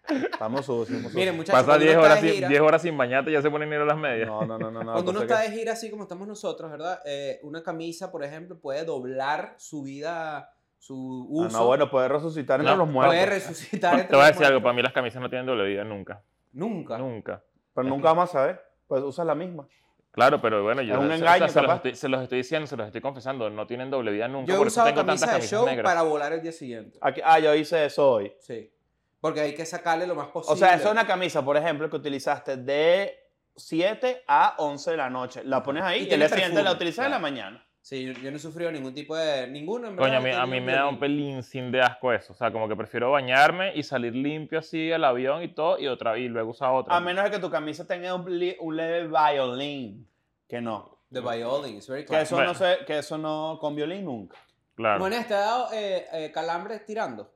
Estamos sucios. estamos sucios. Miren, muchachos, Pasa cuando 10 uno está horas, de sin, gira- 10 horas sin bañarte y ya se ponen negras las medias. No, no, no, no. no, Cuando lo uno que Ah, pasa está es de gira así como estamos nosotros, ¿verdad? Eh, una camisa, por ejemplo, puede doblar su vida, su que- uso. Ah, no, bueno, puede resucitar entre No, los puede muertos. resucitar. entre Te voy a los decir algo, muertos. para mí las camisas no tienen doble vida nunca. Nunca. Nunca. Pero nunca vamos a saber. Pues usas la misma. Claro, pero bueno, yo Es un o sea, engaño, se, los capaz. estoy, se los estoy diciendo, se los estoy confesando, no tienen doble vida nunca. Yo he por eso usado tengo camisa tantas de camisas show negras. para volar el día siguiente. Aquí- ah, yo hice eso hoy. Sí. Porque hay que sacarle lo más posible. O sea, esa es una camisa, por ejemplo, que utilizaste de 7 a 11 de la noche. La pones ahí Y y, el tiene día siguiente perfume, la utilizas en la claro. mañana. Sí, yo, yo no he sufrido ningún tipo de. Ninguno, en Coño, a verdad, mí, he a mí tenido me da un pelín sin de asco eso. O sea, como que prefiero bañarme y salir limpio así al avión y todo, y otra y luego usar otra. A menos de que tu camisa tenga un, li- un leve violín. Que no. The violin, it's very Que classic. eso, Bueno. no se, que eso no con violín nunca. Claro. Monedas, ¿te ha dado eh, eh, calambres tirando?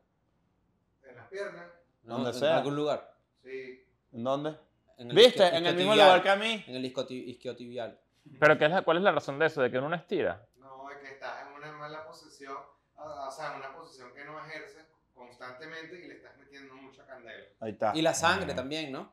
En las piernas, No, Donde en sea. algún lugar. sí. ¿En dónde? En ¿Viste? isquio- En el mismo isquiotibial. lugar que a mí. En el isquio- isquiotibial. Pero ¿qué es la- ¿cuál es la razón de eso? ¿De que uno estira? No, es que estás en una mala posición, o o sea, en una posición que no ejerces constantemente y le estás metiendo mucha candela. Ahí está. Y la sangre Ah. también, ¿no?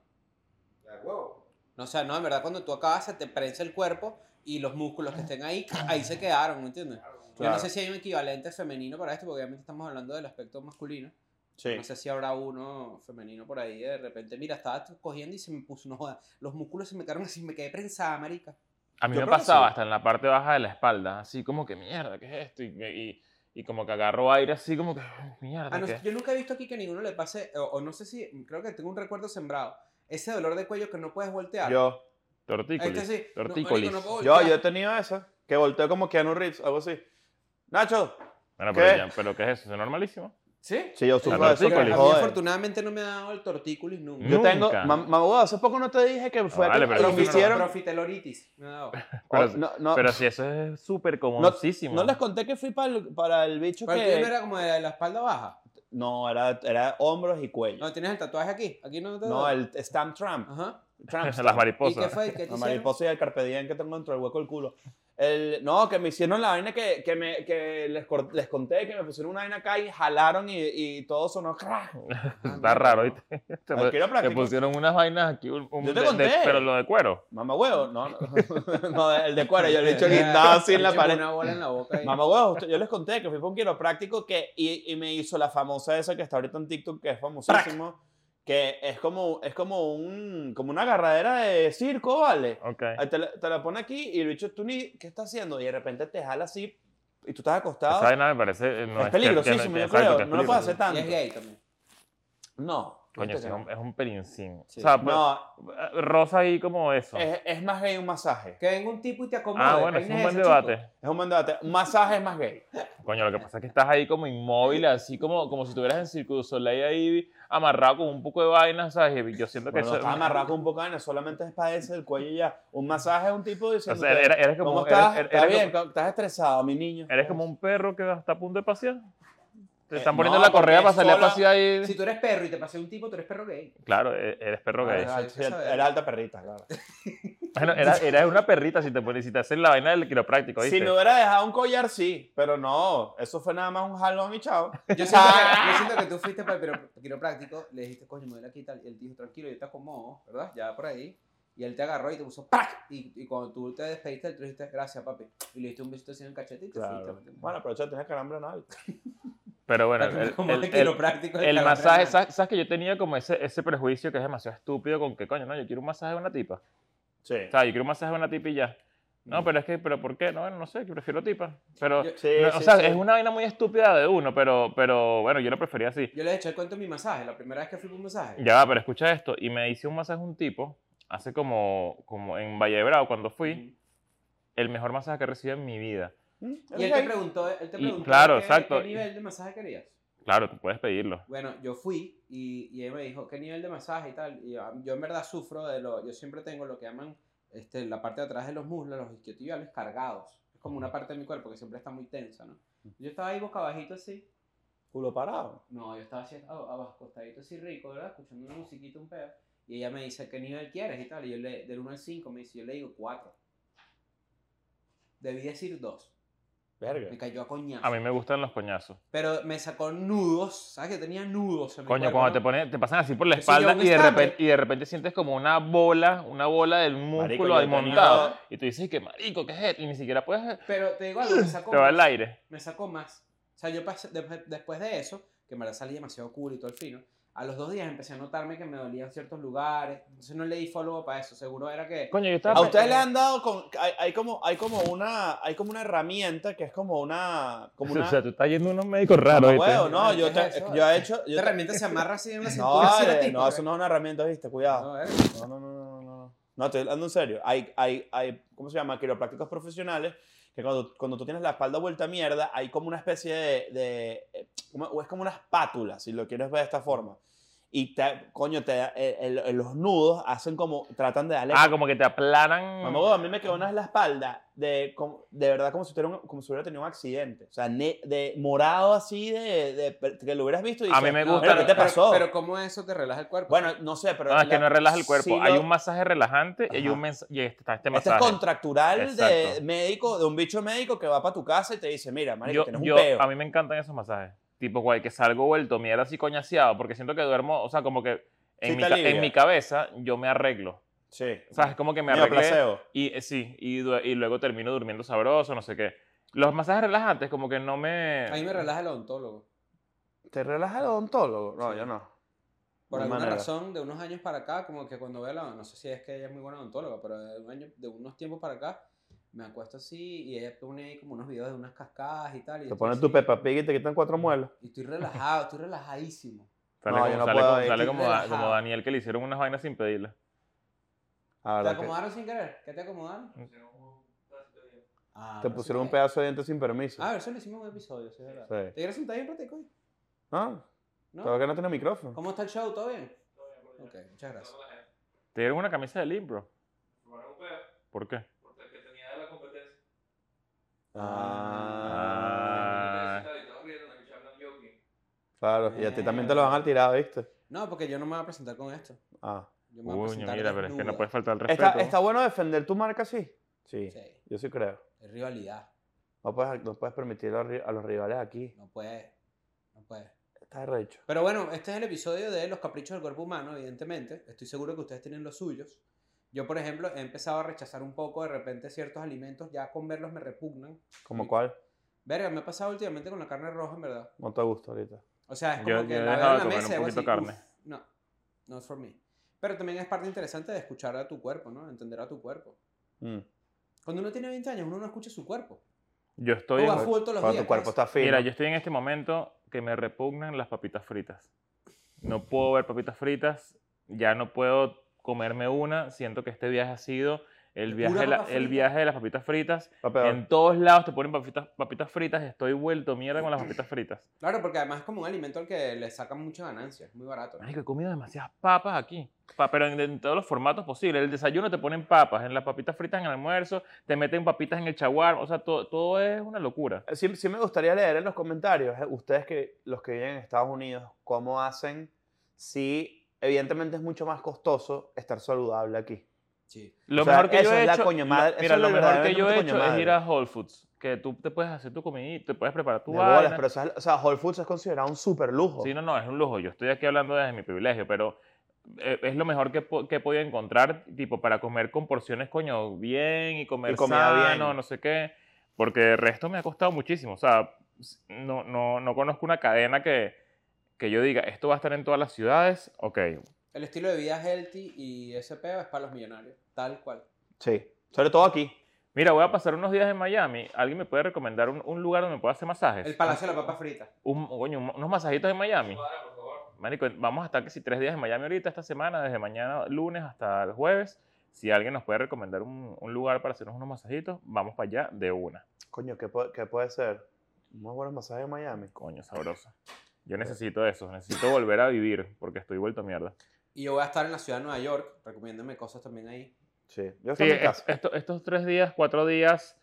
De huevo. No, O sea, no, en verdad, cuando tú acabas, se te prensa el cuerpo y los músculos que estén ahí, ahí se quedaron, ¿me entiendes? Claro. Yo Claro. no sé si hay un equivalente femenino para esto, porque obviamente estamos hablando del aspecto masculino. Sí. No sé si habrá uno femenino por ahí. De repente, mira, estaba cogiendo y se me puso, no joda, los músculos se me quedaron así, me quedé prensada, marica. A mí Yo me creo que pasaba sí. hasta en la parte baja de la espalda, así como que mierda, ¿qué es esto? Y, y- y como que agarro aire así como que mierda, Ah, A nos- ¿qué? yo nunca he visto aquí Ah, que a ninguno le pase, o, o no sé si, creo que tengo un recuerdo sembrado. Ese dolor de cuello que no puedes voltear. Yo, Tortícolis. Este sí. No, Tortícolis. marico, no puedo yo, voltear. yo he tenido eso, que volteo como Keanu Reeves, algo así. Nacho, Bueno, ¿Qué? Oh, pero, ya- pero ¿qué es eso? ¿Es normalísimo? ¿Sí? si yo sufro sufro de de eso, eso, tortícolis. A mí joder. afortunadamente no me ha dado el tortícolis nunca. Yo- Yo tengo, Nunca. Ah, ma- mamá, hace poco no te dije que fue vale, que pero lo eso que no- hicieron. Profiteloritis. Me ha dado. Pero, Oh, no, no, pero si eso es súper no, comodísimo. no les conté que fui para el, para el bicho Pero el que... tuyo no era como de la espalda baja. No, era, era hombros y cuello. No, tienes el tatuaje aquí. Aquí no te No, duele? el Stamp Trump. Ajá. Trump Las Stamp. ¿Y qué mariposas. fue? ¿Qué te La hicieron? mariposa y el carpe diem que tengo dentro del hueco del culo. El, no, que me hicieron la vaina que, que, me, que les, cor- les conté, que me pusieron una vaina acá y jalaron y, y todo sonó. crack. Ah, Está raro, mira. ¿viste? Te, Al quiropráctico. te pusieron unas vainas aquí, un, un- Yo te de- de- conté. pero lo de cuero. Mamá huevo, no, no, no, el de cuero, yo le he hecho Ya, guindado así en le la he hecho pared. Una bola en la boca. ahí. Mamá huevo, usted- yo les conté que fui para un quiropráctico que, y, y me hizo la famosa esa que está ahorita en TikTok, que es famosísimo, que es como, es como, un, como una agarradera de circo, ¿vale? Ok. Ahí Te la, te la pone aquí y el bicho, tú ni, ¿qué está haciendo? Y de repente te jala así y tú estás Esa acostado. vaina me parece... eh, No, es peligrosísimo, yo creo. No lo puedes hacer peligroso. tanto. Y es gay también. No. Coño, viste que sí, es no. un, es un pelincín. Sí. O sea, pues, No, rosa ahí como eso. es, es más gay un masaje. Que venga un tipo y te acomode. ah, bueno, Ahí es no un buen ese chico. debate. Es un mandato. Un masaje es más gay. Coño, lo que pasa es que estás ahí como inmóvil, así como, como si estuvieras en Circo du Soleil ahí amarrado con un poco de vainas, ¿sabes? Y Yo siento que Bueno, eso... está amarrado con un poco de vaina, solamente es para ese el cuello y ya. Un masaje es un tipo O diciendo. sea, eres, eres como, ¿Cómo eres- estás? eres- ¿Estás eres bien? ¿Estás estresado, mi niño? como- eres como un perro que está a punto de pasear. Te Eh, están poniendo no, la correa porque para salir a sola- pasear ahí. Si tú eres perro y te pasea un tipo, tú eres perro gay. Claro, e- eres perro gay. Ah, Hay que sí, saber. Era alta perrita, claro. Bueno, era- eras una perrita si te, pones- si te hacen la vaina del quiropráctico, ¿viste? Si me hubiera dejado un collar, sí, pero no. Eso fue nada más un jalón y chao. Yo siento que, yo siento que tú fuiste pues, para el quiro- quiropráctico, le dijiste, coño, me duele aquí y tal. Y él dijo, tranquilo, yo te acomodo, ¿verdad? Ya por ahí. Y él te agarró y te puso ¡pac! Y, y cuando tú te despediste, él te dijiste, gracias, papi. Y le diste un besito así en el cachete y te Claro. fuiste. Bueno, aprovecha, tienes calambre, no. Pero bueno, Para que me el, acomode el- el el- quiropráctico de el la otra masaje, mano. ¿sabes, sabes que yo tenía como ese, ese prejuicio que es demasiado estúpido con que, coño, no, yo quiero un masaje de una tipa. O Sí. sea, yo quiero un masaje de una tipa y ya. No, pero es que, pero ¿por qué? No, bueno, no sé, yo prefiero tipa. Pero, Yo- Sí, no, o sí, sea, sí. es una vaina muy estúpida de uno, pero, pero bueno, yo lo prefería así. Yo le he hecho el cuento de mi masaje, la primera vez que fui por un masaje. Ya, va, pero escucha esto, y me hice un masaje un tipo, hace como, como en Valle de Bravo, cuando Mm. fui, el mejor masaje que recibí en mi vida. Mm, Y él te preguntó, él te Y- preguntó Mm, claro, qué, exacto. qué nivel de masaje querías. Claro, tú puedes pedirlo. Bueno, yo fui y, y él me dijo, ¿qué nivel de masaje y tal? Y yo, yo en verdad sufro de lo, yo siempre tengo lo que llaman este, la parte de atrás de los muslos, los isquiotibiales cargados. Es como una parte de mi cuerpo que siempre está muy tensa, ¿no? Yo estaba ahí boca abajito así. Culo parado. No, yo estaba así abajo, abajo, acostadito así rico, ¿verdad? Escuchando una musiquita, un pedo. Y ella me dice, ¿qué nivel quieres y tal? Y yo le, del 1 al 5 me dice, yo le digo 4. Debí decir 2. Me Verga. cayó a coñazo. A mí me gustan los coñazos. Pero me sacó nudos, ¿sabes? Que tenía nudos en mi Coño, cuerpo, cuando te, ¿no? ponen- te pasan así por la Eso ya espalda un y de, estambre. repente, y de repente sientes como una bola, una bola del Marico, músculo yo ahí he tenido- montado. Y tú dices, que marico, ¿qué es esto? Y ni siquiera puedes... Pero te digo algo, me sacó Te va más. el aire. Me sacó más. O sea, yo pasé- de- después de eso, que me la salí demasiado cool y todo el fino, a los dos días empecé a notarme que me dolían ciertos lugares. Entonces no le di follow para eso. Seguro era que... Coño, yo A estaba... ustedes le han dado con. Hay, hay como, hay como una. Hay como una herramienta que es como una. Como O una. sea, tú estás yendo a unos médicos Mamá raros, ¿viste? huevo, no, yo, Ah, ¿Qué es te- eso? yo he hecho. Yo Esta te- herramienta este se amarra así en no, la cintura. así la eh, no, tipa, eso ¿verdad? no es una herramienta, viste, cuidado. No, ¿eh? verga. No, no, no, no, no, no. No, estoy hablando en serio. Hay, hay, hay, ¿cómo se llama? Quiroprácticos profesionales que cuando, cuando tú tienes la espalda vuelta a mierda, hay como una especie de, de eh, como- o es como una espátula, si lo quieres ver de esta forma. Y te, coño, te, eh, el- el- los nudos hacen como, tratan de darle... Ah, como que te aplanan... Mamá, huevo, a mí me quedó una vez la espalda de, como- de verdad como si, tuviera un- como si hubiera tenido un accidente. O sea, ne- de morado así, de, de- que lo hubieras visto y A mí dices, me No, gusta... pero ¿qué te pasó? Pero ¿cómo eso te relaja el cuerpo? Bueno, no sé, pero... No, es que la- no relaja el cuerpo. sí Hay lo- un masaje relajante y hay Ajá. un mens- y está Este este es masaje. contractural de Exacto. médico, de un bicho médico que va para tu casa y te dice, mira, marico, yo, tienes yo- un peo. a mí me encantan esos masajes. Tipo, guay, que salgo vuelto, mierda así coñaseado, porque siento que duermo, o sea, como que en, Sí, mi, te ca- en alivia. mi cabeza yo me arreglo. Sí. O sea, es como que me arreglé Neoplaseo. y eh, sí, y, du- y luego termino durmiendo sabroso, no sé qué. Los masajes relajantes como que no me... a mí me relaja el odontólogo. ¿Te relaja el odontólogo? No, yo no. Por De alguna manera. razón, de unos años para acá, como que cuando veo la... No sé si es que ella es muy buena odontóloga, pero de, un año- de unos tiempos para acá, me acuesto así y ella pone ahí como unos videos de unas cascadas y tal. Y Te estoy ponen así, tu Peppa Pig y te quitan cuatro muelas. Y estoy relajado, estoy relajadísimo. Sale, No, como, yo no sale, puedo como, ir. sale como, Da- Relajado. como Daniel que le hicieron unas vainas sin pedirlas. La ¿Te Ah, verdad que acomodaron sin querer? ¿Qué te acomodaron? Pusieron un pedacito de hielo. Ah, te no sé pusieron un qué. pedazo de diente sin permiso. Ah, eso lo hicimos en un episodio, sí, es verdad. Sí. ¿Te quieres sentar ahí un ratico? hoy? ¿No? ¿No? Todavía que no tiene micrófono. ¿Cómo está el show? ¿Todo bien? Todo bien, por allá. Ok, muchas gracias. Estamos la gente. Te dieron una camisa del Impro. Fumaron un pedo, ¿Por qué? porque el que tenía la competencia. Ah, Ah. Te estabas riendo, me escucharon joking. claro. Y a ti también te lo van a tirar, ¿viste? No, porque yo no me voy a presentar con esto. Ah. Yo me voy a Uy, presentar mira, pero es que no desnudo. puedes faltar el respeto. ¿Está, está bueno defender tu marca así? Sí. Sí, Yo sí creo. es rivalidad. No puedes, no puedes permitir a, los ri- a los rivales aquí. No puede, no puede. Está recho. Pero bueno, este es el episodio de los caprichos del cuerpo humano, evidentemente. Estoy seguro que ustedes tienen los suyos. Yo, por ejemplo, he empezado a rechazar un poco de repente ciertos alimentos, ya con verlos me repugnan. ¿Como Sí. cuál? Verga, me ha pasado últimamente con la carne roja, en verdad. No te gusta ahorita. O sea, es como Yo- que yo he la veo dejado de en la comer mesa un y hago poquito así, carne. "Uf, no, no es for me. Pero también es parte interesante de escuchar a tu cuerpo, ¿no? Entender a tu cuerpo. Mm. Cuando uno tiene 20 años, uno no escucha su cuerpo. Yo Tú estoy en- vas fútbol todos los Cuando días. tu cuerpo pues. está fino. Mira, yo estoy en este momento que me repugnan las papitas fritas. No puedo ver papitas fritas, ya no puedo comerme una. Siento que este viaje ha sido el ¿De viaje, pura de la- papa el frita? viaje de las papitas fritas. Está peor. En todos lados te ponen papitas, papitas fritas. Estoy vuelto mierda con las papitas fritas. Claro, porque además es como un alimento al que le sacan mucha ganancia. Es muy barato. ¿no? Marico, he comido demasiadas papas aquí. Pa- pero en, en todos los formatos posibles. El desayuno te ponen papas, en las papitas fritas en el almuerzo, te meten papitas en el chaguar. O sea, to- todo es una locura. Sí, sí me gustaría leer en los comentarios, eh, ustedes que los que viven en Estados Unidos, cómo hacen si evidentemente es mucho más costoso estar saludable aquí. Sí. Lo O sea, mejor que eso yo he es la hecho, coño lo- madre- eso mira, es lo lo mejor que yo he verdaderamente hecho coño es madre. ir a Whole Foods, que tú te puedes hacer tu comidita, te puedes preparar tu De bolas, vaina. pero eso es- o sea, Whole Foods es considerado un super lujo. Sí, no, no, es un lujo. Yo estoy aquí hablando desde mi privilegio, pero eh, es lo mejor que, po- que he podido encontrar, tipo, para comer con porciones, coño, bien y comer Y comida sano, bien. no sé qué. Porque el resto me ha costado muchísimo. O sea, s- no, no, no conozco una cadena que, que yo diga, esto va a estar en todas las ciudades, ok. El estilo de vida healthy y ese peo es para los millonarios. Tal cual. Sí, sobre todo aquí. Mira, voy a pasar unos días en Miami. ¿Alguien me puede recomendar un, un lugar donde me pueda hacer masajes? El palacio de la papa frita. Un- coño, un- unos masajitos en Miami. Cuadra, por favor. Marico, vamos a estar que si tres días en Miami ahorita, esta semana, desde mañana lunes hasta el jueves. Si alguien nos puede recomendar un, un lugar para hacernos unos masajitos, vamos para allá de una. Coño, ¿qué, pu- qué puede ser? Unos buenos masajes en Miami. Coño, sabroso. Yo necesito eso, necesito volver a vivir porque estoy vuelto mierda. Y yo voy a estar en la ciudad de Nueva York. Recomiéndame cosas también ahí. Sí, yo Sí, estoy en mi es- casa. esto- estos tres días, cuatro días,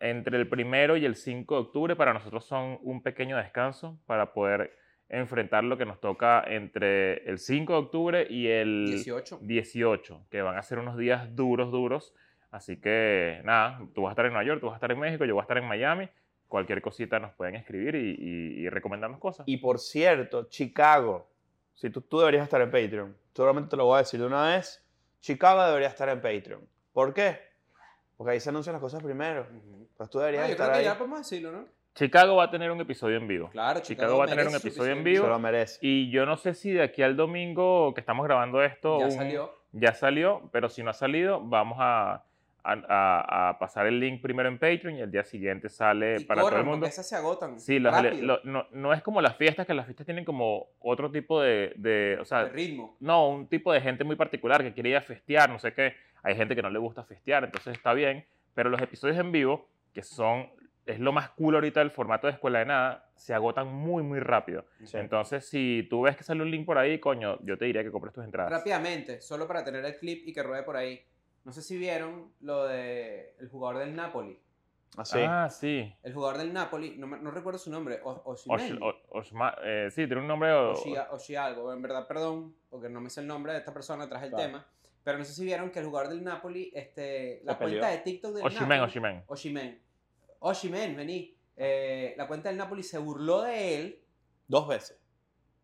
entre el primero y el 5 de octubre, para nosotros son un pequeño descanso para poder enfrentar lo que nos toca entre el 5 de octubre y el 18. 18, que van a ser unos días duros, duros. Así que nada, tú vas a estar en Nueva York, tú vas a estar en México, yo voy a estar en Miami. Cualquier cosita nos pueden escribir y, y- y recomendarnos cosas. Y por cierto, Chicago, si tú, tú deberías estar en Patreon, solamente te lo voy a decir de una vez, Chicago debería estar en Patreon. ¿Por qué? Porque ahí se anuncian las cosas primero. Mm. Ujú. Pues tú Ah, deberías yo estar creo que ahí. ya podemos decirlo, ¿no? Chicago va a tener un episodio en vivo. Claro, Chicago va a tener merece un su episodio en Se vivo. lo merece. Y yo no sé si de aquí al domingo que estamos grabando esto... Ya un- salió. Ya salió, pero si no ha salido, vamos a, a- a- a pasar el link primero en Patreon y el día siguiente sale Y eh, para todo corran, el mundo. porque esas se agotan. Sí, las- rápido, lo- no, no es como las fiestas, que las fiestas tienen como otro tipo de, de- o de sea, ritmo. no, un tipo de gente muy particular que quiere ir a festear, no sé qué, hay gente que no le gusta festear, entonces está bien, pero los episodios en vivo, que son, es lo más cool ahorita del formato de Escuela de Nada, se agotan muy, muy rápido. Sí. Entonces, si tú ves que sale un link por ahí, coño, yo te diría que compres tus entradas. Rápidamente, solo para tener el clip y que ruede por ahí. No sé si vieron lo de el jugador del Napoli. Así. Ah, sí. El jugador del Napoli, no, me- no recuerdo su nombre, o, Osimhen. Osh- o- Oshma- eh, sí, tiene un nombre... o- Oshia- Oshia algo. En verdad, perdón, porque no me sé el nombre de esta persona tras el Claro. tema. Pero no sé si vieron que el jugador del Napoli, este, la peleó. cuenta de TikTok del Oshimen, Napoli. Oshimen. Oshimen. Oshimen, vení. Eh, la cuenta del Napoli se burló de él. Dos veces.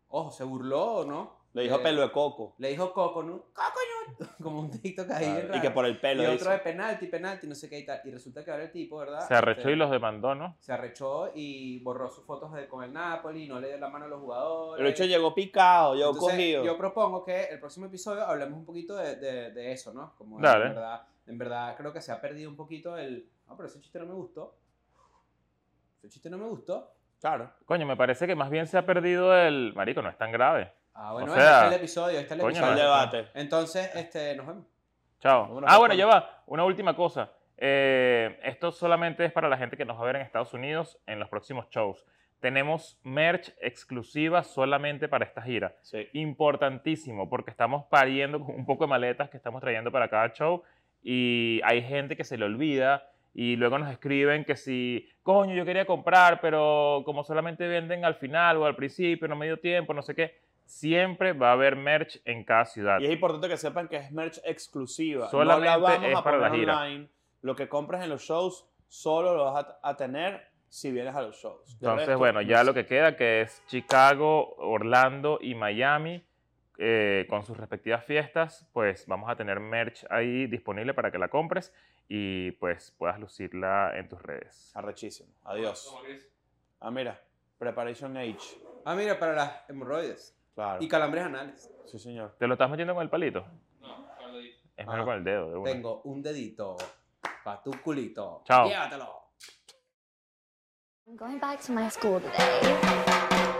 Ojo, se burló, ¿no? Le dijo Eh, pelo de coco. Le dijo Coco, ¿no? Coco, no, como un TikTok ahí. Claro, Y raro. que por el Y pelo. otro dice. de penalti, penalti, no sé qué y tal. Y resulta que ahora el tipo, ¿verdad? Se arrechó Este, y los demandó, ¿no? Se arrechó y borró sus fotos de, con el Napoli, no le dio la mano a los jugadores. El hecho llegó picado, llegó Entonces, cogido. Yo propongo que el próximo episodio hablemos un poquito de, de- de eso, ¿no? Como de- Dale. En, verdad, en verdad creo que se ha perdido un poquito el. Ah, pero ese chiste no me gustó. Ese chiste no me gustó. Claro. Coño, me parece que más bien se ha perdido el. Marico, no es tan grave. Ah, bueno, O ahí está sea, el episodio, ahí está el coño, Fue no el es- episodio. debate. Entonces, este, nos vemos. Chao. Vámonos, Ah, bueno, Juan. ya va. Una última cosa. Eh, esto solamente es para la gente que nos va a ver en Estados Unidos en los próximos shows. Tenemos merch exclusiva solamente para esta gira. Sí. Importantísimo, porque estamos pariendo con un poco de maletas que estamos trayendo para cada show y hay gente que se le olvida y luego nos escriben que si, coño, yo quería comprar, pero como solamente venden al final o al principio, no me dio tiempo, no sé qué. Siempre va a haber merch en cada ciudad. Y es importante que sepan que es merch exclusiva. Solamente no la vamos es a para la poner gira. online. Lo que compras en los shows solo lo vas a, a tener si vienes a los shows. De Entonces, resto, pues, bueno, ya no lo sé. que queda que es Chicago, Orlando y Miami eh, con sus respectivas fiestas, pues vamos a tener merch ahí disponible para que la compres y pues puedas lucirla en tus redes. Arrechísimo. Adiós. Como Chris. Ah, mira. Preparation Age. Ah, mira, para las hemorroides Claro. y calambres anales. Sí, señor. ¿Te lo estás metiendo con el palito? No, cuando dije. Es Ajá. mejor con el dedo. De una. Tengo un dedito para tu culito. Chao. Llévatelo. I'm going back to my school today.